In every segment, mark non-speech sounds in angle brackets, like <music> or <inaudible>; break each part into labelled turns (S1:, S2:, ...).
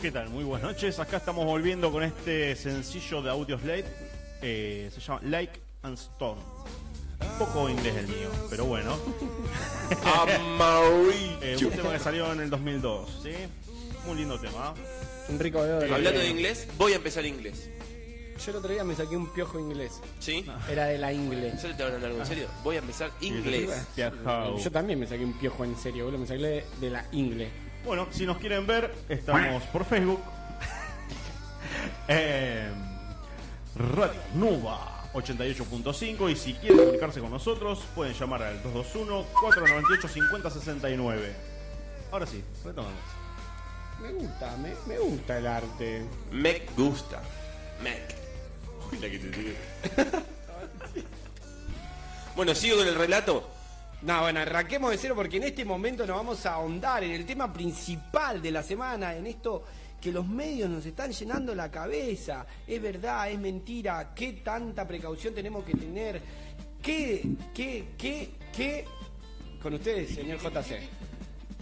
S1: ¿Qué tal? Muy buenas noches. Acá estamos volviendo con este sencillo de Audio Slate. Eh, se llama Like and Stone. Un poco inglés el mío, pero bueno. Eh, un tema que salió en el 2002, ¿sí? Un lindo tema.
S2: Un rico dedo de
S3: Hablando de inglés, voy a empezar inglés.
S2: Yo el otro día me saqué un piojo inglés.
S3: ¿Sí?
S2: Era de la ingle.
S3: ¿En serio te hablan algo en serio? Voy a empezar inglés.
S1: Viajao.
S2: Yo también me saqué un piojo en serio, boludo. Me saqué de, de la ingle.
S1: Bueno, si nos quieren ver, estamos por <laughs> Facebook. Eh, Radio Nuba 88.5 y si quieren comunicarse con nosotros, pueden llamar al 221-498-5069. Ahora sí, retomamos.
S2: Me gusta, me, me gusta el arte.
S3: Me gusta. Me. Bueno, sigo con el relato.
S2: No, bueno, arranquemos de cero porque en este momento nos vamos a ahondar en el tema principal de la semana, en esto que los medios nos están llenando la cabeza. Es verdad, es mentira, qué tanta precaución tenemos que tener. ¿Qué, qué, qué, qué? Con ustedes, señor JC.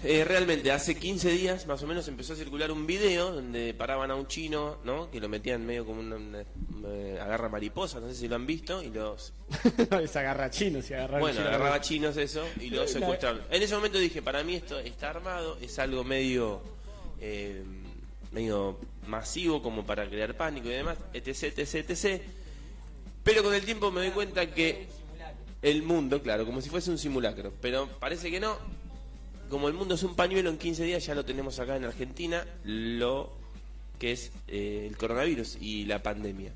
S3: Eh, realmente, hace 15 días más o menos empezó a circular un video donde paraban a un chino, ¿no? Que lo metían medio como una, una- eh, agarra mariposa, no sé si lo han visto, y los...
S2: es agarra chino, <laughs> se agarra
S3: Bueno,
S2: chino.
S3: agarraba chinos eso y los
S2: La-
S3: secuestraron. En ese momento dije, para mí esto está armado, es algo medio... eh, medio masivo como para crear pánico y demás, etc, etc, etc. Pero con el tiempo me doy cuenta que el mundo, claro, como si fuese un simulacro, pero parece que no. Como el mundo es un pañuelo, en 15 días ya lo tenemos acá en Argentina, lo que es eh, el coronavirus y la pandemia.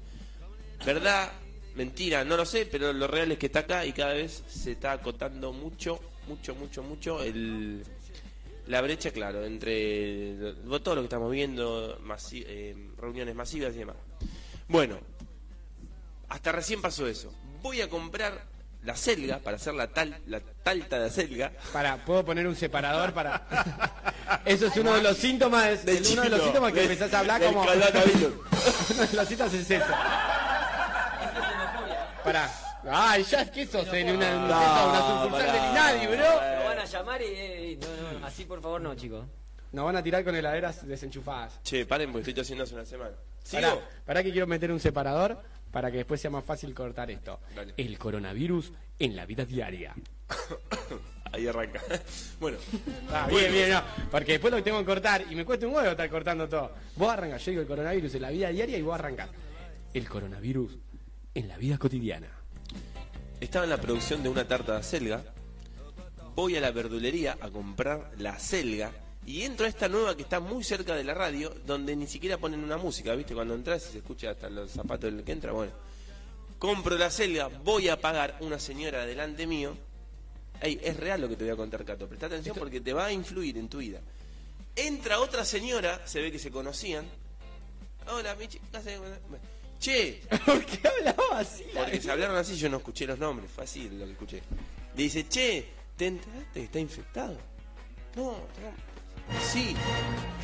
S3: ¿Verdad? Mentira, no lo sé, pero lo real es que está acá y cada vez se está acotando mucho, mucho, mucho, mucho el, la brecha, claro, entre el- todo lo que estamos viendo, masi- eh, reuniones masivas y demás. Bueno, hasta recién pasó eso. Voy a comprar la selga para hacer la tal la talta de selga.
S2: Para, puedo poner un separador
S3: <laughs>
S2: para. Eso es uno de los síntomas.
S3: Del
S2: el- uno de los
S3: chino,
S2: síntomas que
S3: del-
S2: empezás a hablar
S3: del
S2: como.
S3: coronavirus.
S2: <laughs> Uno de los síntomas es eso. Pará. Ay, ya es que sos en una, en una-
S3: No,
S2: una sucursal
S3: Ah, pará.
S2: de Linadi, bro.
S4: Lo van a llamar y, eh, y no, no, no, así por favor no, chicos.
S2: Nos van a tirar con heladeras desenchufadas.
S3: Che, paren porque estoy tosiendo hace una semana. ¿Sigo?
S2: Pará, pará que quiero meter un separador para que después sea más fácil cortar esto.
S3: Dale.
S2: El coronavirus en la vida diaria.
S3: Ahí arranca. <laughs> Bueno,
S2: Ah, bien, bien, no. Porque después lo tengo que cortar y me cuesta un huevo estar cortando todo. Vos arrancás, yo digo el coronavirus en la vida diaria y vos arrancás. El coronavirus en la vida
S3: <laughs>
S2: cotidiana.
S3: Estaba en la producción de una tarta de acelga. Voy a la verdulería a comprar la acelga. Y entro a esta nueva que está muy cerca de la radio, donde ni siquiera ponen una música, ¿viste? Cuando entras y se escucha hasta los zapatos del que entra, bueno. Compro la acelga, voy a pagar una señora delante mío. Ey, es real lo que te voy a contar, Cato. Presta atención porque te va a influir en tu vida. Entra otra señora, se ve que se conocían. Hola, Michi. ¿qué haces? Bueno, Che,
S2: ¿Por qué hablaba así?
S3: porque se hablaron así, yo no escuché los nombres, fue así lo que escuché. Le dice, che, ¿te enteraste que está infectado? No, no. Sí,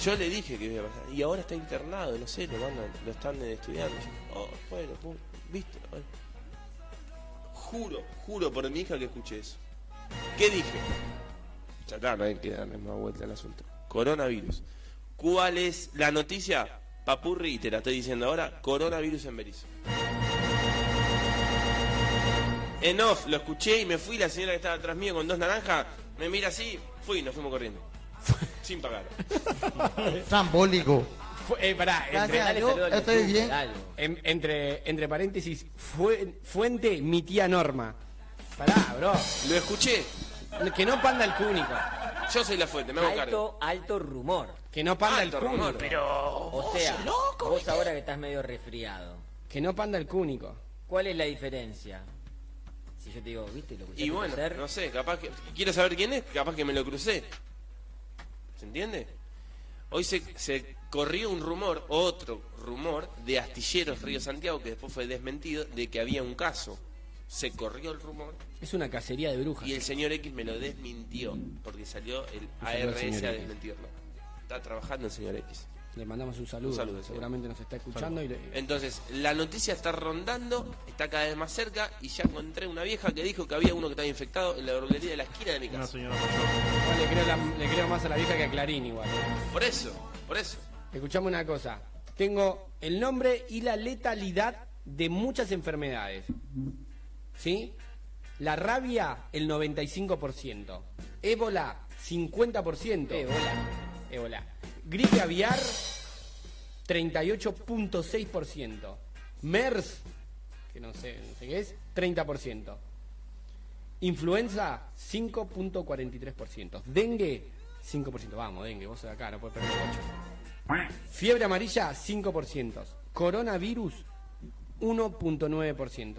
S3: yo le dije que iba a pasar. Y ahora está internado, no sé, lo mandan, lo están eh, estudiando. Yo, oh, bueno, pu- viste. bueno. Juro, juro por mi hija que escuché eso. ¿Qué dije? Ya está, no hay que darle más vuelta al asunto. Coronavirus. ¿Cuál es la noticia? Papurri, y te la estoy diciendo ahora, coronavirus en Berizo. En off, lo escuché y me fui. La señora que estaba atrás mío con dos naranjas me mira así, fui y nos fuimos <laughs> corriendo. Sin pagar.
S5: Trambólico.
S2: Fue- eh, pará, entre,
S5: Gracias.
S4: Dale, saludo al
S5: estoy
S4: Jesús,
S5: bien.
S4: dale.
S2: en- entre, entre paréntesis, fue- fuente mi tía Norma. Pará, bro.
S3: Lo escuché.
S2: Que no panda el cúnico.
S3: Yo soy la fuente, me hago cargo.
S4: Alto, alto rumor.
S2: Que no panda
S3: Alto
S2: el cúnico.
S3: rumor.
S4: O sea, vos ahora que estás medio resfriado,
S2: Que no panda el cúnico.
S4: ¿cuál es la diferencia? Si yo te digo, ¿viste lo que
S3: Y bueno,
S4: hacer?
S3: no sé, capaz que. Quiero saber quién es, capaz que me lo crucé. ¿Se entiende? Hoy se, se corrió un rumor, otro rumor, de Astilleros Río Santiago, que después fue desmentido, de que había un caso. Se corrió el rumor
S2: Es una cacería de brujas.
S3: Y el señor X me lo desmintió, porque salió el
S2: salió el
S3: ARS
S2: señor
S3: a
S2: X.
S3: desmentirlo. Está trabajando el señor X.
S2: Le mandamos un saludo.
S3: Un saludo, sí.
S2: Seguramente nos está escuchando y le-
S3: Entonces, la noticia está rondando, está cada vez más cerca, y ya encontré una vieja que dijo que había uno que estaba infectado en la verdulería de la esquina de mi
S1: Una
S3: casa.
S1: señora mayor.
S2: Igual le, creo la- le creo más a la vieja que a Clarín igual.
S3: Por eso, por eso.
S2: Escuchame una cosa. Tengo el nombre y la letalidad de muchas enfermedades. ¿Sí? La rabia, el 95%. Ébola, 50%.
S4: Ébola.
S2: Ébola. Gripe aviar, 38.6%. MERS, que no sé, no sé qué es, 30%. Influenza, 5.43%. Dengue, 5%. Vamos, dengue, vos sos de acá, no puedes perder 8. Fiebre amarilla, 5%. Coronavirus, 1.9%.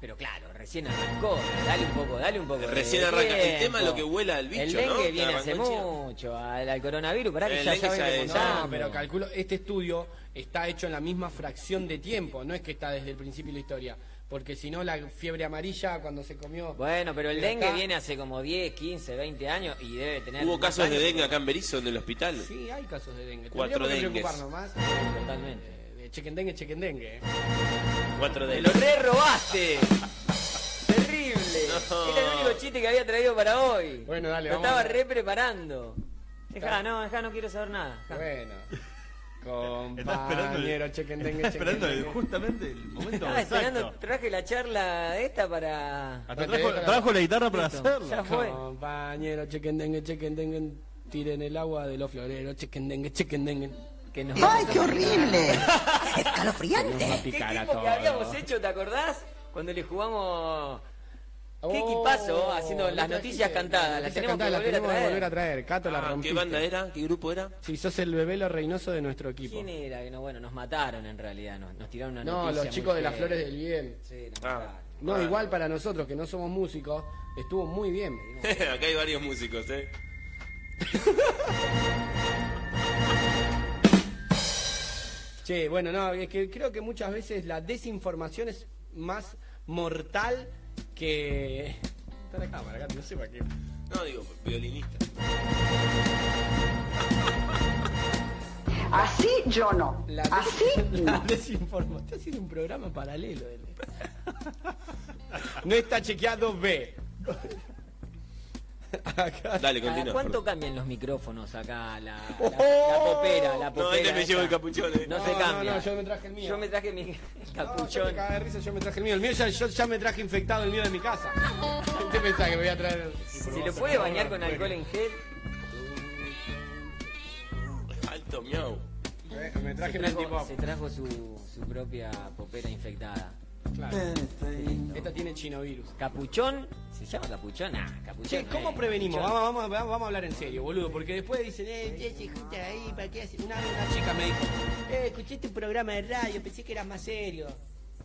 S4: Pero claro, recién arrancó. Dale un poco, dale un poco.
S3: Recién
S4: de
S3: arranca. El
S4: tiempo.
S3: tema es lo que vuela al bicho,
S4: El dengue
S3: ¿no? Que
S4: viene hace
S3: arrancó en China.
S4: mucho. Al, al coronavirus, pará que
S3: El
S4: ya, ya
S3: dengue ya
S4: venimos
S3: es-
S4: contando.
S2: No, pero calculo, este estudio está hecho en la misma fracción de tiempo, no es que está desde el principio de la historia. Porque si no, la fiebre amarilla cuando se comió...
S4: Bueno, pero el
S2: Pero
S4: dengue
S2: acá-
S4: viene hace como 10, 15, 20 años y debe tener...
S3: Hubo
S4: más
S3: casos de
S4: años,
S3: dengue acá en Berizo, en el hospital.
S2: Sí, hay casos de dengue.
S3: Cuatro
S2: Tendríamos que
S3: dengues.
S2: preocuparnos más.
S4: Totalmente.
S2: Eh, de Chequen dengue, chequen dengue. eh.
S3: Cuatro
S4: ¡Te
S3: de
S4: lo re robaste! ¡Terrible!
S3: No.
S4: Era el único chiste que había traído para hoy.
S2: Bueno, dale,
S4: Lo
S2: vamos.
S4: estaba re preparando. Dejá, no, dejá, no quiero saber nada. dejá.
S2: Bueno.
S1: Estaba esperando el-
S2: Compañero, chequen dengue,
S1: estaba <laughs>
S2: chequen
S1: esperando el-
S2: dengue.
S1: justamente el momento
S4: Estaba esperando,
S1: exacto.
S4: traje la charla esta para...
S1: Hasta
S2: Te
S1: trajo,
S2: dejo la-
S1: trajo la guitarra para
S4: Listo, ya
S1: hacerlo.
S4: fue.
S2: Compañero, chequen dengue, chequen dengue. Tiren el agua de los floreros, chequen dengue, chequen dengue.
S4: Que nos
S6: ¡Ay, qué horrible!
S2: Nos va a
S6: Escalofriante.
S4: ¿Qué
S2: picar a
S4: equipo que habíamos
S2: todos.
S4: hecho, te acordás? Cuando le jugamos... ¿Qué
S2: Oh,
S4: equipazo haciendo
S2: no
S4: las
S2: trajiste,
S4: noticias cantadas? Las
S2: noticias
S4: tenemos que
S2: cantadas,
S4: volver a
S2: tenemos que
S4: traer.
S2: volver a traer. Cato, la
S3: Ah, ¿Qué
S2: rompiste.
S3: banda era? ¿Qué grupo era?
S2: Sí, sos el bebé lo reinoso de nuestro equipo.
S4: ¿Quién era? Que no, bueno, nos mataron en realidad, nos, nos tiraron una
S2: No,
S4: noticia
S2: los chicos
S4: muy
S2: de las
S4: fea.
S2: flores del bien.
S4: Sí, nos
S3: Ah.
S4: mataron.
S2: No,
S3: Ah.
S2: igual para nosotros que no somos músicos, estuvo muy bien.
S3: <laughs> acá hay varios músicos, ¿eh?
S2: Che, bueno, no, es que creo que muchas veces la desinformación es más mortal que. Está la cámara, Gato, no sé para qué.
S3: No, digo, violinista.
S6: Así yo no.
S2: La,
S6: Así
S2: <laughs> la
S6: no.
S2: desinformación. Está haciendo un programa paralelo. él. No está chequeado B. Acá.
S3: Dale,
S4: ¿Cada
S3: continúa.
S4: cuánto
S3: perdón.
S4: cambian los micrófonos acá? La, la,
S2: Oh.
S4: la popera, la popera.
S3: No, este me
S4: esa?
S3: llevo el capuchón, ¿eh?
S4: No,
S2: No,
S4: se
S2: no,
S4: cambia.
S2: no, yo me traje el mío.
S4: Yo me traje mi <laughs>
S2: <laughs> No,
S4: el
S2: yo me
S4: capuchón.
S2: cagaba de risa, yo me traje el mío. El mío ya, yo ya me traje infectado el mío de mi casa. <laughs> ¿Qué pensás que me voy a traer?
S4: si lo puede bañar con alcohol en gel,
S3: Alto miau.
S2: Eh, Me traje
S4: se
S2: un
S4: trajo,
S2: antipop.
S4: se trajo su, su propia popera infectada.
S2: Claro. Esta tiene chinovirus.
S4: Capuchón, ¿se llama capuchón? Ah, capuchón.
S2: Che,
S4: no
S2: ¿cómo
S4: es
S2: prevenimos?
S4: capuchón.
S2: Vamos, vamos, vamos, vamos a hablar en serio, boludo, porque después dicen, eh, che, che, escucha ahí, ¿para qué haces? Una vez una chica me dijo, eh, escuché tu programa de radio, pensé que eras más serio.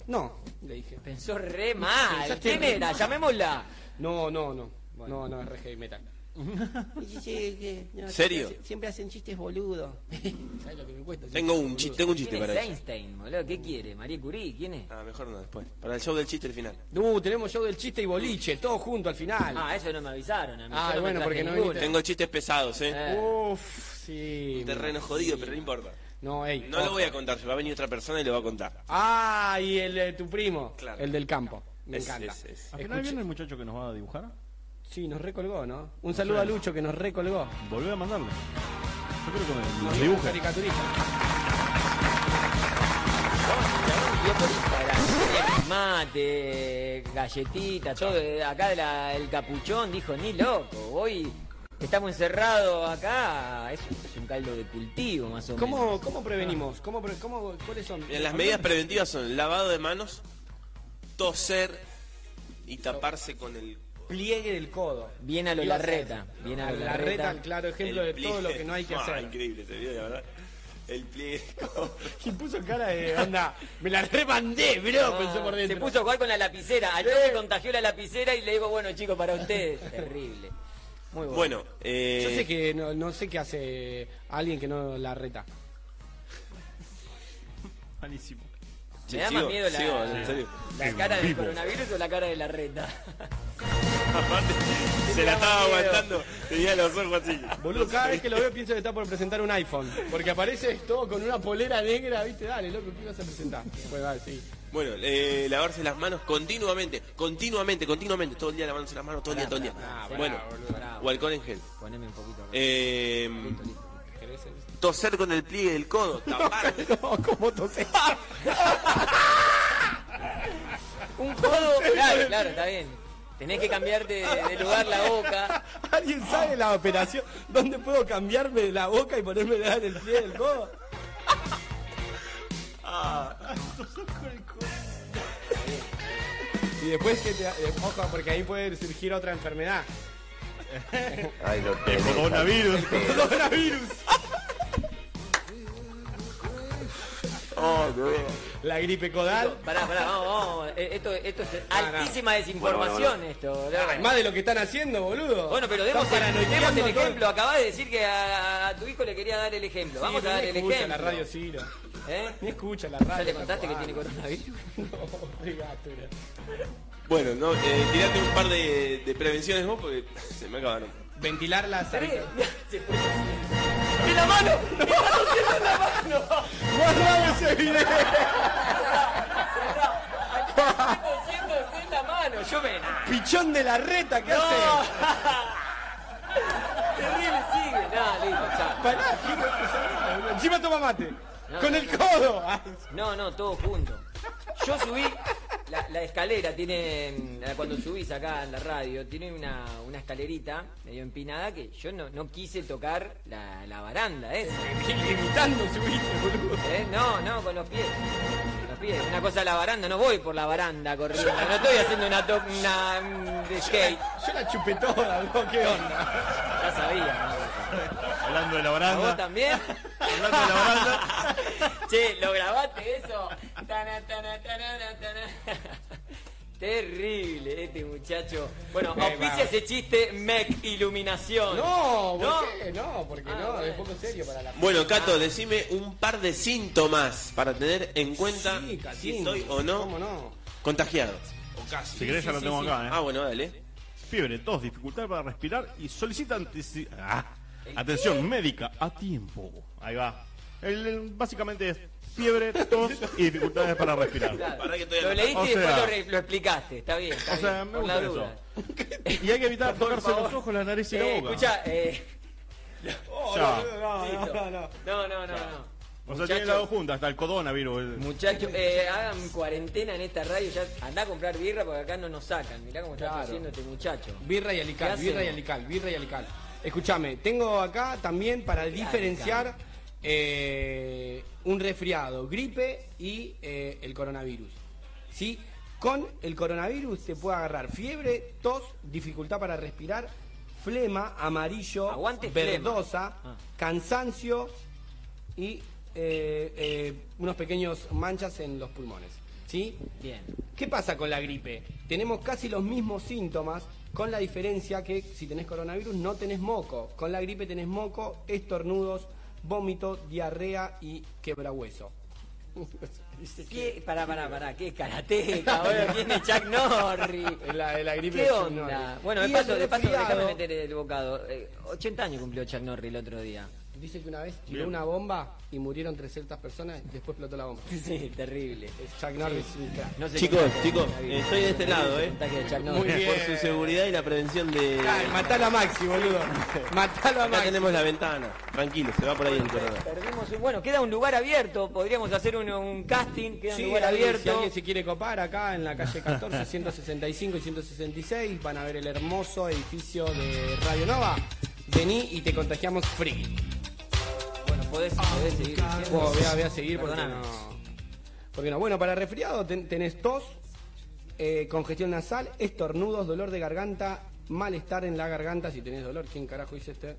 S2: No, le dije.
S4: Pensó re mal.
S2: Pensaste
S4: ¿Quién
S2: re
S4: era? Llamémosla.
S2: No, no, no. No, no, es re heavy metal.
S3: ¿Serio? siempre hacen-
S2: chistes boludos. ¿Sabes lo que me cuesta?
S3: Tengo un chiste, tengo un chiste
S4: ¿Quién es
S3: para eso.
S4: Einstein, boludo? ¿Qué quiere? ¿Marie Curie? ¿Quién es?
S3: Ah, mejor no, después. Para el show del chiste, el final.
S2: Uh, tenemos show del chiste y boliche, todo junto al final.
S4: Ah, eso no me avisaron. A mí.
S2: Ah,
S4: Yo no me
S2: bueno,
S4: traje
S2: porque no
S4: ninguno.
S2: viniste.
S3: Tengo chistes pesados, ¿eh?
S4: Eh.
S2: Uf, sí.
S3: Terreno jodido, pero no importa.
S2: No, ey. oh.
S3: No lo voy a contar, se va a venir otra persona y lo va a contar.
S2: Ah, y el de tu primo,
S3: Claro.
S2: el del campo. Me
S3: Es-
S2: encanta.
S3: es- es.
S1: ¿Al final viene el muchacho que nos va a dibujar?
S2: Sí, nos recolgó, ¿no? Un saludo a Lucho que nos recolgó.
S1: Volvé a mandarle. Yo creo que me,
S2: Nos
S1: nos
S2: dio un
S1: dibuje.
S2: caricaturista.
S4: Yo por Instagram, mate, galletita, todo. eh, Acá de la- el capuchón dijo, ni loco, hoy estamos encerrados acá. Es, es un caldo de cultivo, más o menos.
S2: ¿Cómo, cómo prevenimos? ¿Cómo, pre- cómo- ¿Cuáles son?
S3: Mira, las medidas preventivas son lavado de manos, toser y taparse con el...
S2: Pliegue del codo.
S4: Bien a lo
S2: Ibas
S4: Larreta, bien a lo
S2: Larreta,
S4: Larreta.
S2: el claro ejemplo
S3: el
S2: de todo
S3: pliegue.
S2: lo que no hay que
S3: Ah,
S2: hacer.
S3: Increíble ese video, la verdad. El
S2: <laughs>
S3: pliegue.
S2: Y puso cara de onda. Me la remandé, bro,
S4: Ah,
S2: pensó por
S4: se
S2: dentro.
S4: puso a jugar con la lapicera. Al toque contagió la lapicera y le digo, bueno, chicos, para ustedes. Terrible. Muy bueno.
S3: Bueno, eh...
S2: Yo sé que no, no sé qué hace alguien que no la reta.
S1: Malísimo.
S3: sí,
S4: Me da más
S3: sigo,
S4: miedo
S3: sigo,
S4: la,
S3: en serio.
S4: la cara del coronavirus o la cara de la reta.
S3: Aparte, se la estaba aguantando, tenía los ojos así.
S2: Boludo, cada vez que lo veo pienso que está por presentar un iPhone. Porque aparece todo con una polera negra, viste, dale, loco, ¿qué vas a presentar? Pues dale, sí. <laughs>
S3: Bueno, eh, lavarse las manos continuamente, continuamente, continuamente, todo el día lavándose las manos, todo el día, todo el día.
S2: pará, pará,
S3: Bueno,
S2: boludo.
S3: o alcohol en gel.
S4: Poneme un poquito.
S3: Eh,
S2: ¿Querés el-
S3: toser con el pliegue del codo, tapar.
S2: No, ¿cómo tose?
S4: Un codo. <laughs> Claro, claro, está bien. Tenés que cambiarte de, de lugar la boca.
S2: <laughs> ¿Alguien sabe la operación? ¿Dónde puedo cambiarme la boca y ponerme en el pie del
S4: <laughs>
S2: codo?
S4: Ah.
S2: Y después que te... eh, Ojo, porque ahí puede surgir otra enfermedad.
S7: Ahí lo
S1: El
S7: tenés,
S1: coronavirus.
S2: Coronavirus.
S7: Oh, Dios.
S2: La gripe codal.
S4: Pará, pará, vamos, vamos. Eh, Esto, esto es altísima desinformación, esto. boludo.
S2: Más de lo que están haciendo, boludo.
S4: Bueno, pero demos
S2: Están
S4: el, demos el
S2: paranoiqueando todo.
S4: ejemplo. Acabás de decir que a, a tu hijo le quería dar el ejemplo.
S2: Sí,
S4: Vamos
S2: pero
S4: a dar
S2: ni
S4: el
S2: escucha
S4: ejemplo.
S2: la radio Ciro.
S4: ¿Eh?
S2: Ni escucha la
S4: ¿Ya
S2: radio.
S4: le contaste que tiene
S2: Pascual.
S4: coronavirus?
S2: <laughs> No, obligatura.
S3: <laughs> Bueno, no, eh, tirate un par de, de prevenciones vos porque se me acabaron.
S2: Ventilar las
S4: <laughs> ¿Sabés?
S2: habitaciones.
S4: Se fue. ¡En la mano! ¡En la mano! ¡En la mano!
S2: <laughs> Guardá ese video.
S4: Haciendo así en la mano! ¡Yo me...
S2: Pichón de la reta, ¿qué
S4: ¡No!
S2: hace?
S4: <laughs> ¡Terrible sigue! No, listo, ya.
S2: Pará, ¿qué- encima toma mate.
S4: No,
S2: Con
S4: no,
S2: el
S4: no.
S2: codo. Ay,
S4: No, no, todo junto. Yo subí la, la escalera, tiene mm, cuando subís acá en la radio, tiene una, una escalerita medio empinada que yo no, no quise tocar la, la baranda esa.
S2: Imitando subiste, boludo.
S4: ¿eh? No, no, con los pies. Con los pies. Una cosa la baranda, no voy por la baranda corriendo. No estoy haciendo una, to- una mm, de skate.
S2: Yo la chupé toda, boludo, qué onda.
S4: Ya sabía.
S1: Hablando de la
S4: ¿no? ¿A vos
S1: baranda.
S4: también?
S1: Hablando de la baranda.
S4: <laughs> Che, ¿lo grabaste eso? Tana, tana, tana, tana. Terrible este muchacho. Bueno,
S2: Eh, va.
S4: auspicia ese chiste MEC Iluminación.
S2: No, ¿por
S4: No.
S2: qué? No, porque
S4: Ah,
S2: no, es
S4: bueno.
S2: poco serio para la
S3: Bueno, Cato, decime un par de síntomas para tener en cuenta
S2: Sí,
S3: si
S2: Catín,
S3: estoy o
S2: ¿Cómo
S3: no
S2: no?
S3: contagiado. O casi.
S1: Si querés, ya lo tengo acá, ¿eh?
S3: Ah, bueno, dale.
S1: Fiebre, tos, dificultad para respirar y solicita antici- ah, atención médica a tiempo. Ahí va. El- el- básicamente es fiebre, tos y dificultades para respirar.
S3: Pará que estoy
S4: Lo
S3: anotando.
S4: leíste
S1: O
S4: y después
S1: sea-
S4: lo, re- lo explicaste. Está bien. Está
S1: O sea,
S4: bien,
S1: me
S4: por la
S1: gusta
S4: duda.
S1: Y hay que evitar
S4: Por
S1: tocarse
S4: favor.
S1: los ojos, la nariz y la
S4: Eh,
S1: boca.
S4: Escucha, eh,
S2: Oh,
S1: Ya.
S2: no, no,
S4: listo.
S2: no, no.
S4: No, no, no, no.
S1: O sea, tiene
S4: Muchachos.
S1: las dos juntas, hasta el coronavirus. el-
S4: Muchachos, eh, hagan cuarentena en esta radio. Ya andá a comprar birra porque acá no nos sacan. Mirá cómo está
S2: Claro.
S4: haciendo este muchacho.
S2: Birra y
S4: ¿Qué
S2: alical,
S4: hacemos?
S2: birra y alical, birra y alical. Escúchame, tengo acá también para diferenciar eh, un resfriado, gripe y eh, el coronavirus. ¿Sí? Con el coronavirus te puede agarrar fiebre, tos, dificultad para respirar, flema, amarillo,
S4: Aguante flema.
S2: verdosa,
S4: Ah.
S2: cansancio y eh, eh, unos pequeños manchas en los pulmones. ¿Sí?
S4: Bien.
S2: ¿Qué pasa con la gripe? Tenemos casi los mismos síntomas, con la diferencia que si tenés coronavirus no tenés moco. Con la gripe tenés moco, estornudos, vómito, diarrea y quebrahueso.
S4: ¿Qué? Pará, pará, pará,
S2: <laughs>
S4: ¿qué karateca? boludo? ¿Quién es Chuck Norris?
S2: Es la- es la gripe de
S4: ¿Qué
S2: Chuck
S4: onda?
S2: Norris.
S4: Bueno, de
S2: Y
S4: paso,
S2: el
S4: de paso,
S2: resfriado-
S4: déjame meter el bocado. Eh, 80 años cumplió Chuck Norris el otro día.
S2: Dice que una vez tiró
S1: Bien.
S2: una bomba y murieron 300 personas, después explotó la bomba.
S4: <laughs> Sí, terrible.
S2: Es Chuck Norris, un crack.
S4: No sé
S3: Chicos,
S4: qué-
S3: chicos,
S4: qué-
S3: eh, estoy de este lado, ¿eh?
S4: Ataque de Chuck Norris.
S2: Muy bien.
S3: Por su seguridad y la prevención de.
S2: Ay, matalo a Maxi,
S4: <laughs>
S2: boludo. Matalo a
S3: Acá
S2: Maxi.
S3: tenemos la ventana. Tranquilo, se va por ahí el corona.
S4: Perdimos un- bueno, queda un lugar abierto. Podríamos hacer un, un casting. Queda
S2: Sí,
S4: un lugar
S2: alguien-
S4: abierto.
S2: Si alguien se quiere copar acá en la calle 14, 165 y 166, van a ver el hermoso edificio de Radio Nova. Vení y te contagiamos free.
S4: Bueno, podés, podés seguir. diciendo.
S2: Vos, Oh, voy, a, voy a seguir porque
S4: Perdóname.
S2: no, porque no. Bueno, para resfriado ten- tenés tos, eh, congestión nasal, estornudos, dolor de garganta, malestar en la garganta. Si tenés dolor, ¿quién carajo dice este?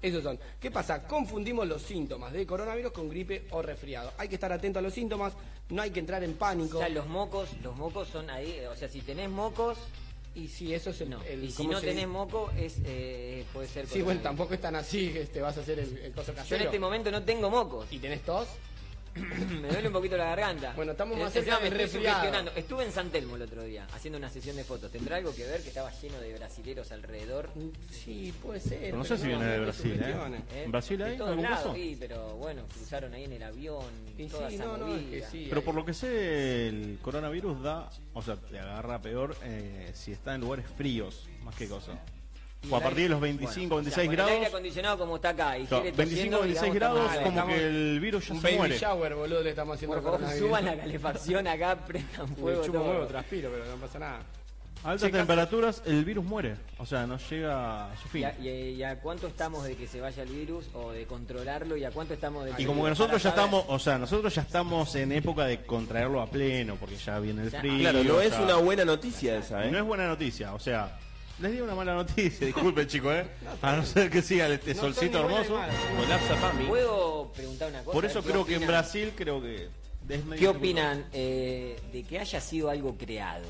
S2: Esos son. ¿Qué pasa? Confundimos los síntomas de coronavirus con gripe o resfriado. Hay que estar atento a los síntomas, no hay que entrar en pánico.
S4: O sea, los mocos, los mocos son ahí. O sea, si tenés mocos,
S2: Y si eso es el.
S4: no.
S2: el-
S4: y si
S2: ¿cómo
S4: no
S2: se
S4: tenés
S2: dice?
S4: moco, es, eh, puede ser.
S2: Sí, bueno,
S4: coronavirus.
S2: tampoco es tan así, este, vas a hacer el, el coso
S4: Yo en
S2: casero.
S4: este momento no tengo mocos. <laughs>
S2: ¿Y tenés tos?
S4: Me duele un poquito la garganta.
S2: Bueno, estamos más
S4: Encima
S2: cerca
S4: me
S2: del
S4: estoy
S2: resfriado.
S4: sugestionando. Estuve en San Telmo el otro día haciendo una sesión de fotos. ¿Tendrá algo que ver que estaba lleno de brasileros alrededor?
S2: Sí, puede ser.
S1: Pero no sé
S2: pero
S1: si viene de
S2: te
S1: Brasil,
S2: sugestiones.
S1: ¿eh? ¿En Brasil
S4: De
S1: hay
S4: todos
S1: algún
S4: lados,
S1: caso?
S4: Sí, pero bueno, cruzaron ahí en el avión.
S2: Y
S4: toda
S2: sí,
S4: esa
S2: no, no, es que
S4: movida.
S2: sí.
S1: Pero
S2: hay-
S1: por lo que sé, el coronavirus da, o sea, te agarra peor eh, si está en lugares fríos, más que cosa. o a partir de los 25,
S4: O sea,
S1: 26
S4: con el aire
S1: grados.
S4: acondicionado como está acá. Y
S1: claro,
S4: gire
S1: 25,
S4: tosiendo,
S1: 26
S4: digamos,
S1: grados,
S4: está mal.
S1: como
S2: estamos-
S1: que el virus ya
S2: Un
S1: se
S2: baby
S1: muere.
S2: shower, boludo, le estamos haciendo
S4: Por favor,
S2: coronavirus. <laughs>
S4: suban la calefacción acá, <laughs> prendan
S2: Me
S4: fuego
S2: chupa un huevo,
S4: todo.
S2: transpiro, pero no pasa nada.
S1: A altas
S2: Checa-
S1: temperaturas, el virus muere. O sea, no llega a su
S4: ¿Y
S1: fin.
S4: a, y a- y a cuánto estamos de que se vaya el virus o de controlarlo? ¿Y a cuánto estamos de
S1: Y como que
S4: para
S1: nosotros ya
S4: saber?
S1: estamos, o sea, nosotros ya estamos en época de contraerlo a pleno, porque ya viene el
S4: Ya.
S1: frío.
S3: Claro, no
S1: o
S3: es
S1: sea,
S3: una buena noticia esa,
S1: No
S3: ¿eh?
S1: es buena noticia, o sea, les di una mala noticia, <laughs> disculpen chicos, ¿eh? A no ser que siga este
S2: No son
S1: solcito
S2: ni buena
S1: hermoso.
S2: ni mala.
S3: Colapsa Pami.
S4: ¿Puedo preguntar una cosa?
S1: Por eso
S4: ¿Qué
S1: creo que en
S4: opinan?
S1: Brasil creo que... es medio
S4: ¿Qué
S1: seguro.
S4: opinan eh, de que haya sido algo creado?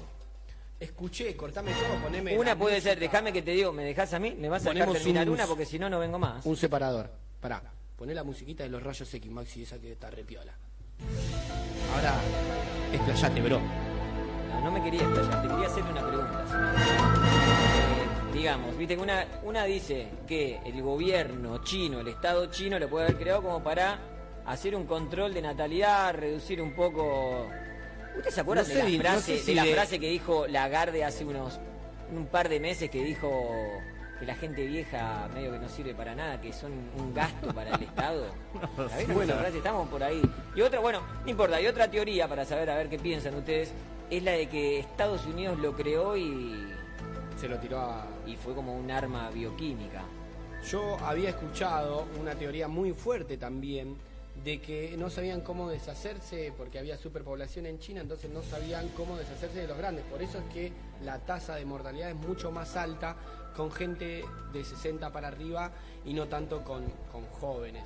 S2: Escuché, cortame todo, poneme.
S4: Una
S2: la
S4: puede ser,
S2: música.
S4: déjame que te digo, ¿me dejas a mí? ¿Me vas a dejar
S2: Ponemos
S4: terminar
S2: un-
S4: una? Porque si no, no vengo más.
S2: Un separador. Pará. Poné la musiquita de los rayos X, Maxi, esa que está repiola. Ahora, explayate, bro.
S4: No, no me quería explayar, te quería hacer una pregunta. Eh, digamos, viste que una, una dice que el gobierno chino, el Estado chino, lo puede haber creado como para hacer un control de natalidad, reducir un poco... ¿Usted se acuerda
S2: No
S4: de,
S2: sé,
S4: la
S2: no
S4: frase,
S2: sé si
S4: de la
S2: de-
S4: frase que dijo Lagarde hace unos un par de meses que dijo que la gente vieja medio que no sirve para nada, que son un gasto para
S2: <laughs>
S4: el Estado? ¿La vieron esa frase? Estamos por ahí. Y otra, bueno, no importa, y otra teoría para saber a ver qué piensan ustedes, es la de que Estados Unidos lo creó y,
S2: Se lo tiró a.
S4: y fue como un arma bioquímica.
S2: Yo había escuchado una teoría muy fuerte también de que no sabían cómo deshacerse porque había superpoblación en China, entonces no sabían cómo deshacerse de los grandes. Por eso es que la tasa de mortalidad es mucho más alta con gente de 60 para arriba y no tanto con, con jóvenes.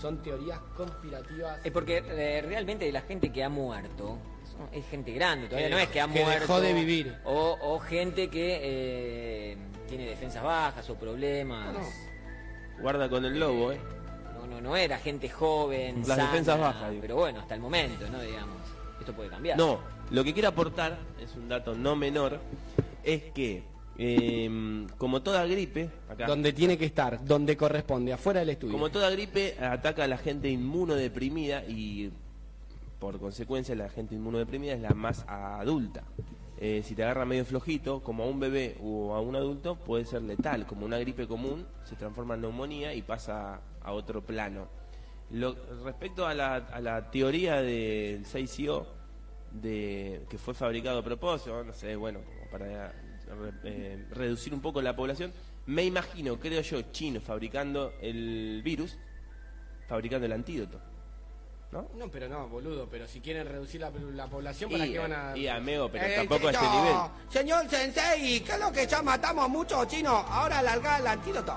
S2: Son teorías conspirativas.
S4: Es porque eh, realmente de la gente que ha muerto, son- es gente grande, todavía
S2: Que
S4: no es
S2: dejó-
S4: que ha
S2: que
S4: muerto.
S2: dejó de vivir.
S4: O, o gente que eh, tiene defensas bajas o problemas. Eh,
S2: No,
S3: Guarda con el lobo, ¿eh?
S4: No, no, no era gente joven,
S3: Las
S4: sana,
S3: defensas bajas, digo.
S4: Pero bueno, hasta el momento, ¿no? Digamos, esto puede cambiar.
S3: No, lo que quiero aportar, es un dato no menor, es que, eh, como toda gripe, acá,
S2: Donde tiene que estar, donde corresponde, afuera del estudio.
S3: como toda gripe, ataca a la gente inmunodeprimida y, por consecuencia, la gente inmunodeprimida es la más adulta. Eh, si te agarra medio flojito, como a un bebé o a un adulto, puede ser letal. Como una gripe común, se transforma en neumonía y pasa a otro plano. Lo- respecto a la, a la teoría del 6CO, de, que fue fabricado a propósito, no sé, bueno, como para re- eh, reducir un poco la población, me imagino, creo yo, chinos fabricando el virus, fabricando el antídoto. ¿No?
S2: No, pero no, boludo, pero si quieren reducir la, la población,
S3: Y,
S2: ¿para qué van a...? Eh,
S3: y, amigo, pero tampoco a ese nivel.
S2: Señor Sensei, ¿qué es lo que ya matamos muchos chinos? Ahora larga el antídoto.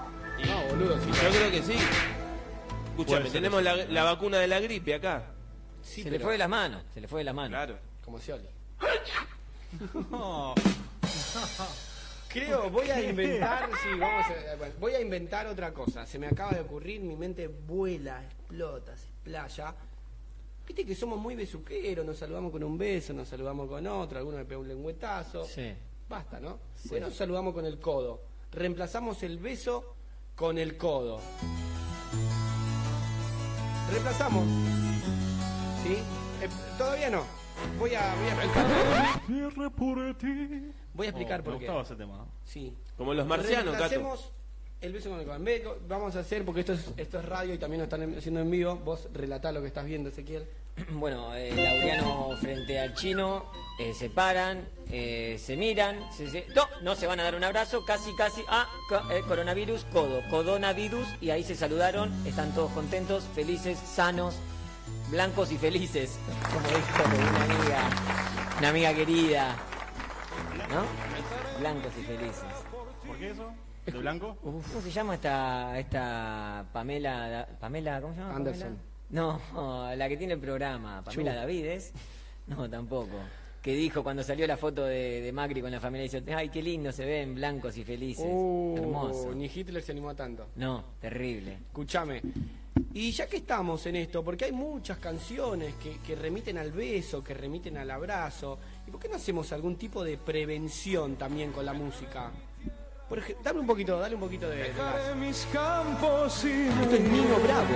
S2: No, boludo, sí.
S3: Yo creo que sí.
S1: Puede
S3: Escúchame,
S1: ser
S3: tenemos la, la vacuna de la gripe acá.
S2: sí
S4: se le
S2: pero-
S4: fue de las manos, se le fue de las manos.
S3: Claro.
S2: Como Scioli. Creo, voy a inventar, sí, vamos a- eh, bueno, voy a inventar otra cosa. Se me acaba de ocurrir, mi mente vuela, explota, se explaya. Viste que somos muy besuqueros, nos saludamos con un beso, nos saludamos con otro, alguno me pega un lengüetazo.
S4: Sí.
S2: Basta, ¿no? Bueno, nos saludamos con el codo. Reemplazamos el beso con el codo. Reemplazamos. ¿Sí? Eh, todavía no. Voy a, voy a explicar.
S1: Cierre por ti.
S2: Voy a explicar
S1: Oh,
S2: por
S1: me
S2: qué.
S1: gustaba ese tema.
S2: Sí.
S3: Como los marcianos, Cato.
S2: Reemplacemos el beso con el codo. En vez de- vamos a hacer, porque esto es, esto es radio y también lo están en- haciendo en vivo, vos relatá lo que estás viendo, Ezequiel.
S4: <clears throat> Bueno, el laureano frente al chino, eh, se paran, eh, se miran, se- se- no, no se van a dar un abrazo, casi, casi, ah, co- eh, coronavirus, codo, codonavirus, y ahí se saludaron, están todos contentos, felices, sanos, blancos y felices, <laughs> como dijo una amiga, una amiga querida, ¿no? Blancos y felices.
S1: ¿Por qué eso? ¿De blanco?
S4: ¿Cómo se llama esta, esta Pamela, Pamela, ¿cómo se llama?
S2: Anderson.
S4: Pamela? No, <laughs> la que tiene el programa, Pamela Davides. No, tampoco. Que dijo cuando salió la foto de, de Macri con la familia, dice, ay, qué lindo se ven, blancos y felices.
S1: Uh,
S2: Oh,
S4: Hermoso.
S2: Ni Hitler se animó a tanto.
S4: No, terrible.
S2: Escúchame. Y ya que estamos en esto, porque hay muchas canciones que, que remiten al beso, que remiten al abrazo, ¿y por qué no hacemos algún tipo de prevención también con la música? Por ejemplo, dame un poquito, dale un poquito de. de gas.
S8: mis campos y
S2: Esto es Nino Bravo.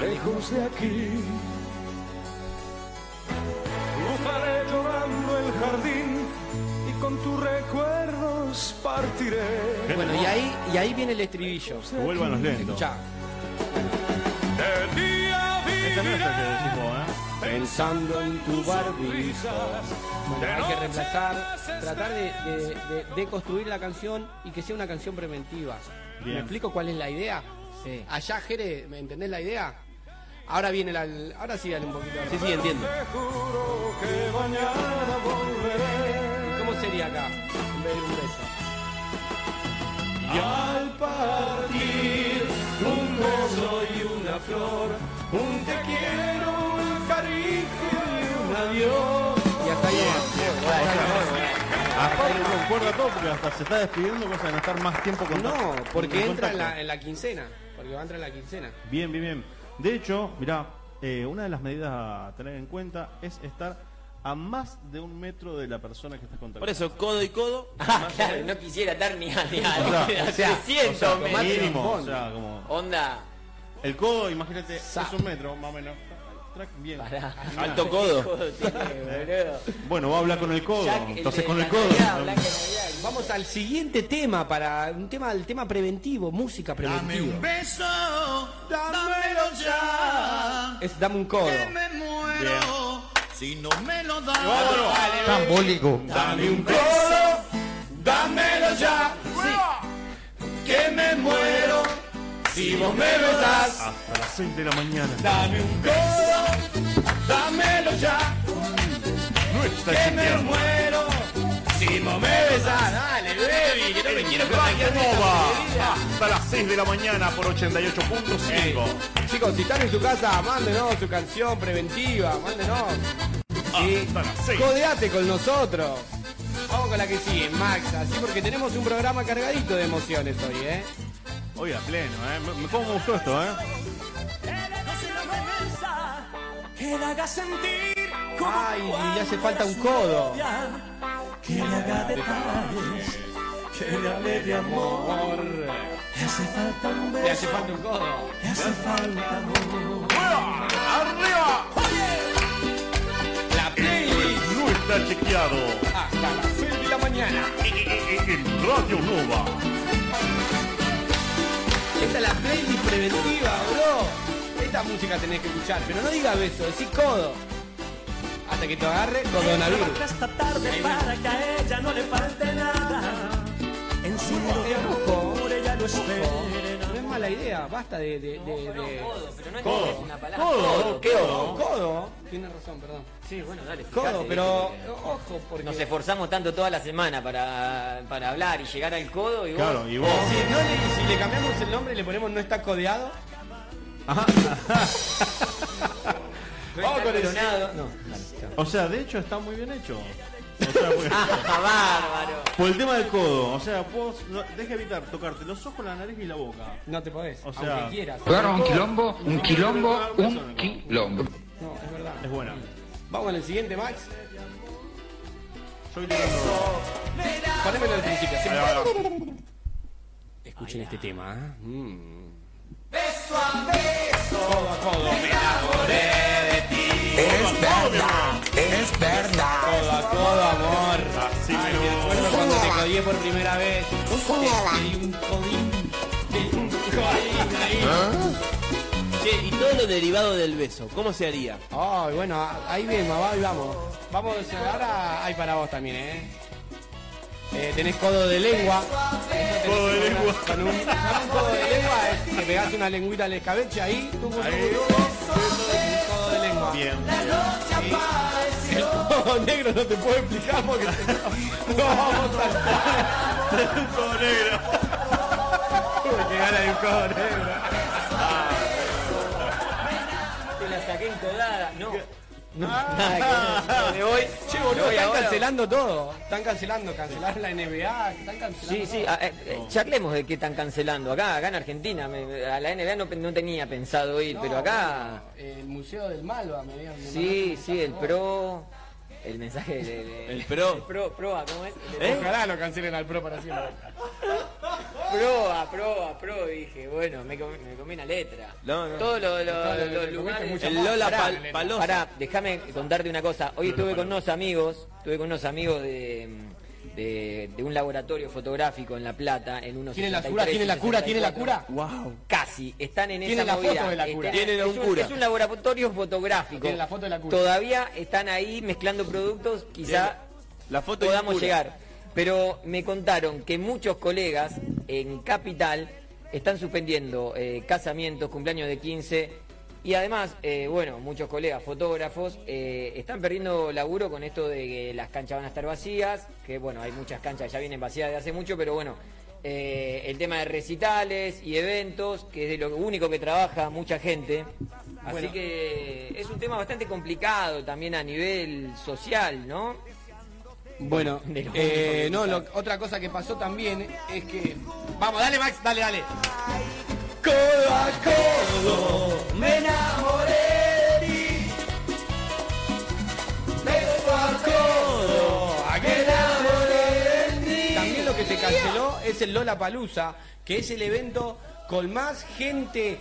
S8: lejos de aquí. Dibujaré llorando el jardín y con tus recuerdos lejos partiré.
S2: Bueno, y ahí, y ahí viene el estribillo.
S1: Que vuelvan los lentos.
S2: Escuchá.
S8: De día
S1: Este no es el que
S8: viviré
S1: decís vos, ¿eh?
S2: Pensando en tu
S8: sonrisas.
S2: Bueno,
S8: De
S2: hay que
S8: noche
S2: reemplazar,
S8: las
S2: tratar de, de- de- de construir la canción y que sea una canción preventiva.
S1: Bien.
S2: ¿Me explico cuál es la idea?
S4: Sí.
S2: Allá, Jere, ¿me entendés la idea? Ahora viene la... Ahora sí dale un poquito.
S3: Sí, sí, entiendo.
S8: Te juro que mañana volveré.
S2: ¿Cómo sería acá? En vez de un beso.
S8: Al partir, un beso y una flor, un te quiero, un cariño y un adiós.
S2: Y hasta ahí nomás.
S1: Aparte no concuerda todo porque hasta se está despidiendo cosa de no estar más tiempo con
S2: No, porque
S1: en
S2: entra en
S1: contacto.
S2: la, en la quincena. Porque va a entrar en la quincena.
S1: Bien, bien, bien. De hecho, mirá, eh, una de las medidas a tener en cuenta es estar a más de un metro de la persona que estás contactando.
S3: Por eso, codo y codo.
S4: <laughs> Ah, claro, no quisiera dar ni a ni a,
S1: <laughs> O sea,
S4: ni a
S1: o
S4: 300
S1: O sea,
S4: metros.
S1: mínimo, o sea, como- <laughs>
S4: Onda,
S1: El codo, imagínate,
S4: Sa-
S1: es un metro, más o menos. Track, bien.
S4: pará.
S3: Alto codo.
S4: Joder, boludo.
S1: Bueno, va a hablar con el codo.
S4: Jack, el
S1: Entonces
S4: de
S1: con
S4: la
S1: el codo.
S4: Navidad, Blanca Navidad.
S2: Vamos al siguiente tema para un tema, el tema preventivo, música
S9: Dame un
S2: preventiva.
S9: beso, dámelo ya.
S2: Es dame un codo.
S9: Que me muero si no me lo das.
S5: Tambólico.
S9: Dame un beso, dámelo ya. Que me muero si vos me besás.
S1: Hasta las 6 de la mañana.
S9: Dame un beso, dámelo ya.
S1: No está
S9: Que me
S1: chequeado.
S9: muero si vos me besás. Dale, baby, que no me quiero contagiar de esta porquería.
S1: Hasta las 6 de la mañana por 88.5.
S2: Chicos, si están en su casa, mándenos su canción preventiva, mándenos.
S9: Ah,
S2: Sí.
S1: Hasta las 6.
S2: Codeate con nosotros. Vamos con la que sigue, Max, así porque tenemos un programa cargadito de emociones hoy, ¿eh?
S1: Oye, a pleno, ¿eh? Me- me- ¿Cómo me gustó esto, eh?
S8: Que la haga sentir como
S2: Ay, y le hace
S8: cuando
S2: falta un
S8: eras
S2: codo.
S8: novia. Que le haga detalles, que le hable de amor. Le hace falta un
S2: Le
S8: beso,
S2: hace falta un codo.
S8: le hace falta amor.
S2: La playlist
S1: No está chequeado. Eh,
S2: hasta las 6 de la mañana.
S1: En eh, Radio Nova.
S2: Esta es la playlist preventiva, bro. Esta música tenés que escuchar, pero no digas beso, decís codo. Hasta que te agarre
S8: Trabaja
S2: codonavirus.
S8: esta tarde para que a ella no le falte nada. En su
S2: Eh, Ojo.
S8: amor ella lo espere.
S2: No es mala idea, basta de. de, de,
S4: No,
S2: de-
S4: codo, pero no
S1: Codo.
S4: entendés una palabra.
S1: Codo,
S4: ¿qué
S2: No, codo. Tienes razón, perdón.
S4: Sí, bueno, dale. fíjate,
S2: Codo,
S4: viste
S2: pero.
S4: que
S2: Ojo, porque.
S4: Nos esforzamos tanto toda la semana para, para hablar y llegar al codo y vos-
S1: Claro, y vos.
S2: Si, no le, si le cambiamos el nombre y le ponemos no está codeado.
S4: no
S2: <laughs> Vamos
S4: está
S2: con el
S4: oh, coronado. No.
S1: O sea, de hecho está muy bien hecho. O sea, <laughs> porque-
S4: Ah, bárbaro.
S1: por el tema del codo. O sea, vos no, deja evitar tocarte los ojos, la nariz y la boca.
S2: No te podés,
S1: O sea-
S2: aunque quieras.
S10: un quilombo, un quilombo, un quilombo.
S2: No, es verdad.
S1: Es buena.
S2: Vamos con el siguiente, Max.
S1: Yo quiero-
S2: Ponémelo al principio. sí.
S1: Ahí va, ahí va.
S2: Escuchen este tema, ¿eh?
S10: Es verdad, es verdad.
S2: Codo a codo, amor.
S1: Así
S2: Ay,
S1: me
S2: me
S1: lo-
S2: acuerdo cuando te codié por primera vez. Te di un codín. Te di un codín ahí.
S3: Che, y todo lo derivado del beso, ¿cómo se haría?
S2: Ay, bueno, ahí mismo, va, ahí vamos. Vamos ahora, hay para vos también, ¿eh? Eh, tenés codo de lengua.
S1: Codo de lengua.
S2: Con un, con un codo de lengua es que pegás una lengüita al escabeche ahí. tú con
S1: Ahí.
S2: Un codo de lengua.
S1: Bien.
S2: El codo negro no te puedo explicar porque te- no vamos a
S1: Todo <laughs> negro.
S2: Porque gana de un codo negro.
S4: Te la saqué encodada. No. No, nada que ver. Me voy.
S2: Che, boludo,
S4: Me voy
S2: están
S4: ahora.
S2: cancelando todo. Están cancelando, cancelaron la NBA, están cancelando.
S4: Sí, sí, a- eh, eh, charlemos de qué están cancelando. Acá, acá en Argentina, me- a la NBA no, no tenía pensado ir,
S2: No,
S4: ah, pero acá.
S2: bueno, el Museo del Malva, me dieron.
S4: Sí, sí, el pro. El mensaje de- de- de-
S3: El pro. ¿Eh?
S4: el pro, proa, ¿cómo es? El-
S2: Ojalá lo cancelen al pro para siempre.
S4: Proa, proa, pro, dije. Bueno, me, com- me comí una letra.
S3: No, no.
S4: Todos los, los-
S2: Claro,
S4: los
S2: te comiste
S4: lugares.
S2: mucho
S3: El Lola
S4: Pará,
S3: Pal-
S4: Elena.
S3: Palosa.
S4: Pará, déjame contarte una cosa. Hoy estuve con unos amigos, estuve con unos amigos de, mm, de de, de un laboratorio fotográfico en La Plata en unos
S2: ¿Tiene la cura? ¿Tiene la cura? ¿Tiene la cura?
S4: Wow. Casi, están en
S2: ¿Tiene
S4: esa
S2: la
S4: movida.
S2: foto de la cura?
S4: Están-
S2: Tienen a
S4: es
S2: un cura.
S4: Es un laboratorio fotográfico.
S2: Tienen la foto de la cura.
S4: Todavía están ahí mezclando productos, quizá
S3: La foto de
S4: podamos
S3: cura.
S4: llegar. Pero me contaron que muchos colegas en Capital están suspendiendo eh, casamientos, cumpleaños de 15 y además, eh, bueno, muchos colegas fotógrafos eh, están perdiendo laburo con esto de que las canchas van a estar vacías, que bueno, hay muchas canchas que ya vienen vacías de hace mucho, pero bueno, eh, el tema de recitales y eventos, que es de lo único que trabaja mucha gente. Así
S2: Bueno.
S4: que es un tema bastante complicado también a nivel social, ¿no?
S2: Bueno,
S4: De lo
S2: eh,
S4: único
S2: no,
S4: que
S2: lo- otra cosa que pasó también es que. Vamos, dale, Max, dale, dale. Codo a codo me enamoré de ti. Beso a codo me enamoré de ti. También lo que se canceló es el Lola Palusa, que es el evento con más gente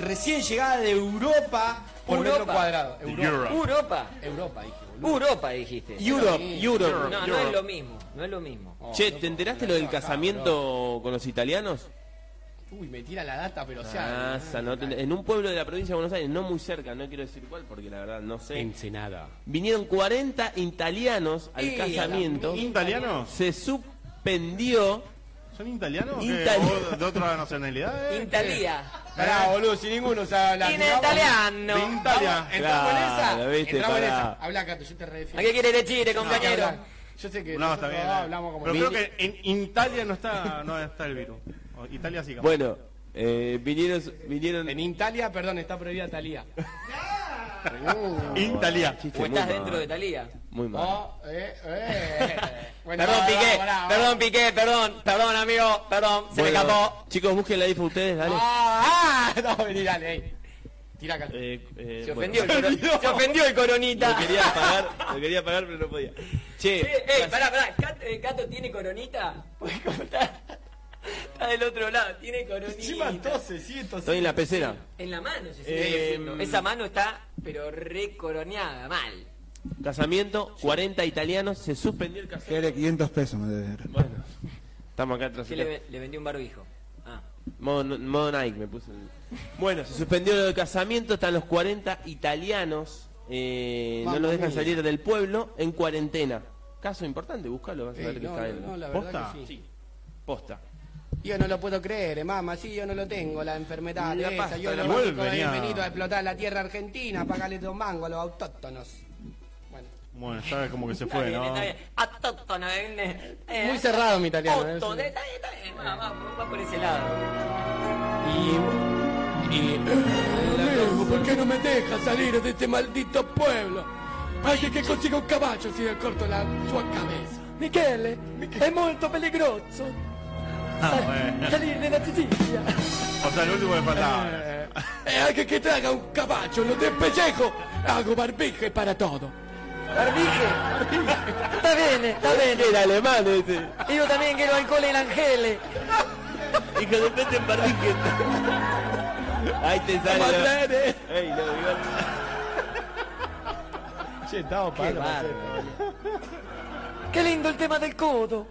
S2: recién llegada de Europa por metro
S4: Europa.
S2: cuadrado.
S1: Europe.
S4: Europa.
S2: Europa, dije, boludo.
S4: Europa dijiste.
S3: Europe,
S4: No,
S3: Europe.
S4: no es lo mismo, no es lo mismo.
S9: Oh,
S3: Che, ¿te enteraste lo del casamiento con los italianos?
S2: Uy, me tira la data, pero o sea.
S3: Ah, sa- no te- en un pueblo de la provincia de Buenos Aires, no muy cerca, no quiero decir cuál porque la verdad no sé.
S2: Ensenada.
S3: Vinieron 40 italianos al
S2: Y a la
S3: casamiento.
S1: ¿Italianos?
S3: Se suspendió.
S1: ¿Son italianos? o qué?
S3: Itali-
S1: ¿O ¿De otra
S4: <laughs>
S1: nacionalidad? eh?
S4: Italia.
S2: Pará, boludo, si ninguno sabe hablar.
S4: In
S2: si vamos-
S4: italiano.
S1: De Italia.
S2: ¿Entramos
S3: Claro,
S2: en esa?
S3: viste,
S2: Entramos en
S3: pará.
S2: esa. Habla, Cato, yo te refiero.
S4: ¿A qué quiere decir, compañero?
S2: Yo sé que.
S1: No, está
S2: nosotros
S1: bien. eh.
S2: Hablamos como.
S1: Pero creo que en Italia no está, no está el virus. O Italia sí. capaz.
S3: Bueno, eh, vinieron. vinieron
S2: En Italia, perdón, está prohibida Talía.
S1: Italia.
S3: Chiste,
S4: ¿O
S3: muy
S4: estás
S3: mal,
S4: dentro de
S9: eh.
S4: Italia?
S3: Muy mal.
S2: Oh, eh, eh. Bueno,
S4: perdón,
S2: va, va,
S4: Piqué,
S2: va, va, va.
S4: perdón, Piqué, perdón, perdón, amigo, perdón, se me
S3: Bueno,
S4: escapó. Oh.
S3: Chicos, busquen la info ustedes, dale.
S2: Ah, ah, no, vení, dale, ey. Tira acá.
S3: Eh, eh,
S4: Se
S3: bueno.
S4: ofendió, el, coro- se ofendió el coronita.
S3: Lo quería
S4: <laughs>
S3: pagar, lo quería pagar, pero no podía. Che,
S4: Eh, eh, pará, pará, Cat- eh, ¿Cato tiene coronita? Uy, ¿cómo está? Está del otro lado, tiene
S2: Encima
S4: coronita.
S2: entonces, sí,
S3: estoy
S2: entonces.
S3: en la pecera.
S4: En la mano se
S3: Eh,
S4: sigue diciendo. Esa mano está, pero recoroneada, mal.
S3: Casamiento, 40 italianos, se suspendió el casamiento.
S5: Quiere 500 pesos, me debe.
S3: Bueno, estamos acá atrás.
S4: Yo le, ve- le vendí un barbijo. Ah.
S3: Modo, modo Nike me puse. el- Bueno, se suspendió lo del casamiento, están los 40 italianos. eh, no
S2: Mamma
S3: los dejan
S2: mia.
S3: salir del pueblo en cuarentena. Caso importante, búscalo, vas a
S2: Ey,
S3: ver que
S2: no,
S3: está
S2: no,
S3: en
S2: no, la
S1: ¿Posta?
S2: verdad que sí.
S3: posta.
S2: Yo no lo puedo creer, eh, mamá, sí, yo no lo tengo, la enfermedad
S3: La
S2: esa.
S3: pasta,
S2: Yo
S3: la
S2: no lo
S1: vuelve,
S2: he
S1: ya.
S2: venido a explotar la tierra argentina, pagarle dos mangos a los autóctonos. Bueno.
S1: Bueno, ya como que se
S4: Está
S1: fue,
S4: bien,
S1: ¿no?
S4: <laughs> está bien. Atótona, eh, eh.
S2: Muy cerrado mi italiano, eh,
S4: Atótona,
S2: sí.
S4: está bien, está bien. Va, va, va por ese lado.
S2: Y. y Amigo, ¿por qué no me dejas salir de este maldito pueblo? Alguien que consiga un caballo si le corto la sua cabeza.
S11: Michele, è molto peligroso
S1: Ah,
S2: Eh.
S1: bueno.
S11: salire da Sicilia.
S1: O sea, el último que faltaba.
S11: E
S2: Eh,
S11: anche che traga un cavallo, lo despellejo, hago barbije para todo.
S4: Barbije. Está bien, está bien.
S3: Era alemán este.
S4: Yo también quiero alcohol en Angele.
S3: <laughs> Y que de repente en Barrique. Ahí te sale.
S11: Mandare.
S3: la- Ey, no, igual.
S2: Che, estamos pagando.
S11: Che lindo il tema del codo.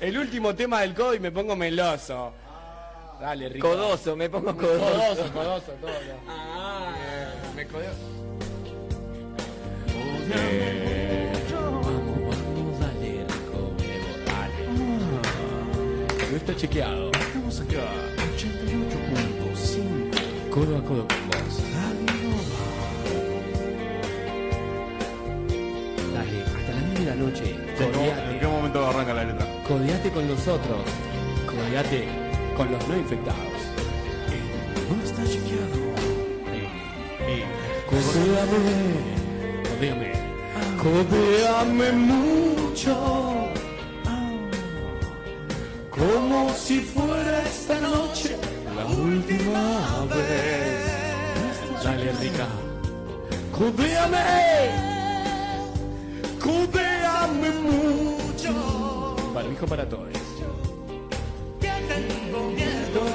S2: El último tema del codo y me pongo meloso. Dale, rico.
S4: Codoso, me pongo codoso.
S2: Codoso, codoso, todo. Eh, Me codeo. No está chequeado.
S1: Estamos acá. 88.5.
S2: Codo a codo con vos. Dale, hasta las 10 de la noche.
S1: ¿En qué momento arranca la letra?
S2: Codeate con los otros. Codeate con los no infectados. No está chequeado. Codeame. Codeame. Codeame mucho. Como si fuera esta noche la última vez. Dale, rica. Codeame. Codeame mucho. Barbijo para todos.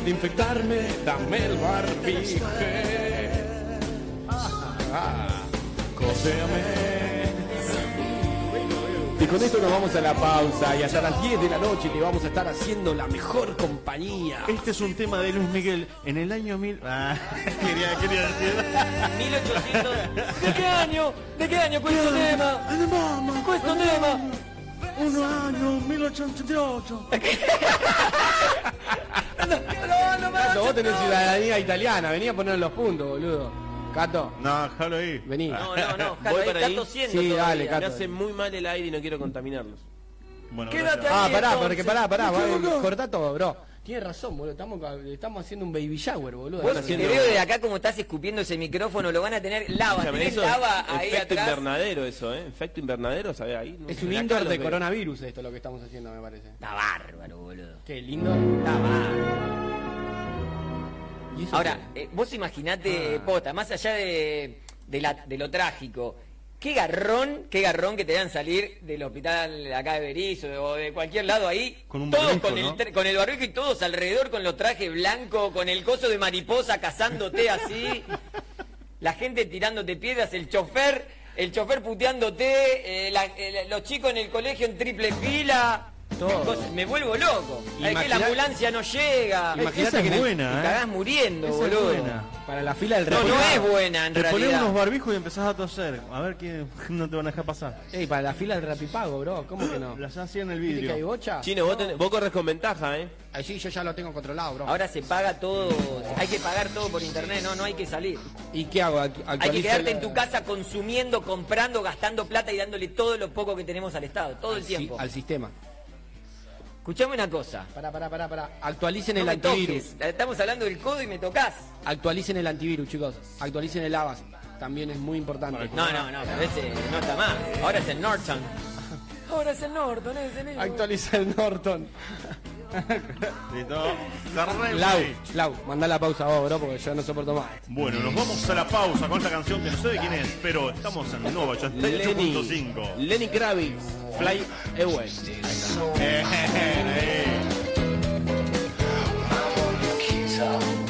S2: De infectarme, dame el barbijo. Ah. Codeame. Y con esto nos vamos a la pausa y hasta las 10 de la noche te vamos a estar haciendo la mejor compañía.
S1: Este es un tema de Luis Miguel. En el año mil. Ah, <laughs> quería, quería decir.
S4: 1800. ¿De qué año? ¿De qué año cuesta este tema? Cuesta este tema.
S8: Uno año, 1888.
S2: Cato, vos tenés ciudadanía italiana, venía a poner los puntos, boludo. Cato,
S1: No, déjalo ahí.
S2: vení.
S3: No, no, no.
S4: Voy
S3: Voy
S4: para
S3: para
S4: ahí.
S2: Sí, dale, Cato.
S3: Me hace muy mal el aire y no quiero contaminarlos.
S1: Bueno,
S4: Quédate
S1: gracias.
S2: Ah,
S4: ahí,
S2: pará,
S4: entonces.
S2: porque pará, pará,
S4: Me
S2: va,
S4: equivoco.
S2: cortá todo, bro. Tienes razón, boludo, estamos, ca- estamos haciendo un baby shower, boludo.
S4: Vos,
S2: Estamos
S4: si te
S2: haciendo-
S4: veo de acá como estás escupiendo ese micrófono, lo van a tener lava.
S3: Escúchame,
S4: Tenés
S3: eso
S4: lava
S3: es
S4: ahí
S3: efecto
S4: atrás.
S3: invernadero eso, ¿eh? Efecto invernadero, ¿sabes? Ahí. no-
S2: Es un
S3: acá
S2: indoor
S3: lo
S2: de
S3: ve.
S2: coronavirus esto lo que estamos haciendo, me parece.
S4: Está bárbaro, boludo.
S2: Qué lindo.
S4: Está bárbaro.
S2: ¿Y eso
S4: Ahora, eh, vos imaginate, eh,
S1: Ah.
S4: Posta, más allá de, de la- de lo trágico, qué garrón, qué garrón que te vean salir del hospital acá de Berizo o de cualquier lado ahí,
S1: Con un
S4: todos
S1: barbijo,
S4: con,
S1: ¿no?
S4: el, tra- con el barbijo y todos alrededor con los trajes blancos, con el coso de mariposa cazándote así, la gente tirándote piedras, el chofer, el chofer puteándote, eh, la- eh, los chicos en el colegio en triple fila.
S2: Todo.
S4: Cosas- Me vuelvo loco. Es que la
S2: Imaginá-
S4: ambulancia no llega.
S1: Imagínate
S2: Esa es
S1: que en el-
S2: buena,
S1: te
S4: Te
S1: cagás
S4: cagás muriendo,
S1: Ah. Esa es
S4: boludo.
S1: buena.
S2: Para la fila del
S4: No, no
S2: refugiado.
S4: es buena en
S1: Te pones
S4: realidad.
S1: unos barbijos y empezás a toser. A ver que <laughs> no te van a dejar pasar.
S2: Ey, para la fila del rapipago, bro, ¿cómo que no?
S1: Las hacía en el
S2: ¿Viste que hay
S1: vidrio.
S2: bocha?
S3: Chino, vos, tenés- vos corres con ventaja, ¿eh?
S2: Ahí sí, yo ya lo tengo controlado, bro.
S4: Ahora se paga todo, hay que pagar todo por internet, no, no hay que salir.
S2: ¿Y qué hago? Ac-
S4: Hay
S2: actualizo
S4: que quedarte en
S2: la-
S4: tu casa consumiendo, comprando, gastando plata y dándole todo lo poco que tenemos al Estado, todo el
S2: Sí,
S4: tiempo.
S2: al sistema.
S4: Escuchame una cosa.
S2: Pará, pará, pará, pará. Actualicen
S4: No
S2: el
S4: me
S2: antivirus.
S4: toques. Estamos hablando del codo y me tocas.
S2: Actualicen el antivirus, chicos. Actualicen el Avas. También es muy importante.
S4: No, no, no, pero ese no está más. Ahora es el Norton. Ahora es el Norton, es el
S2: Actualiza el Norton.
S1: Listo. Cerré el
S2: <laughs> Lau,
S1: play.
S2: Lau, mandá la pausa vos, bro, porque yo no soporto más.
S1: Bueno, nos vamos a la pausa con esta canción que no sé de quién es, pero estamos en Nova
S3: Lenny,
S1: 88.5.
S3: Lenny Kravitz, Fly Away.
S1: Eh, ahí.
S7: Kiss up.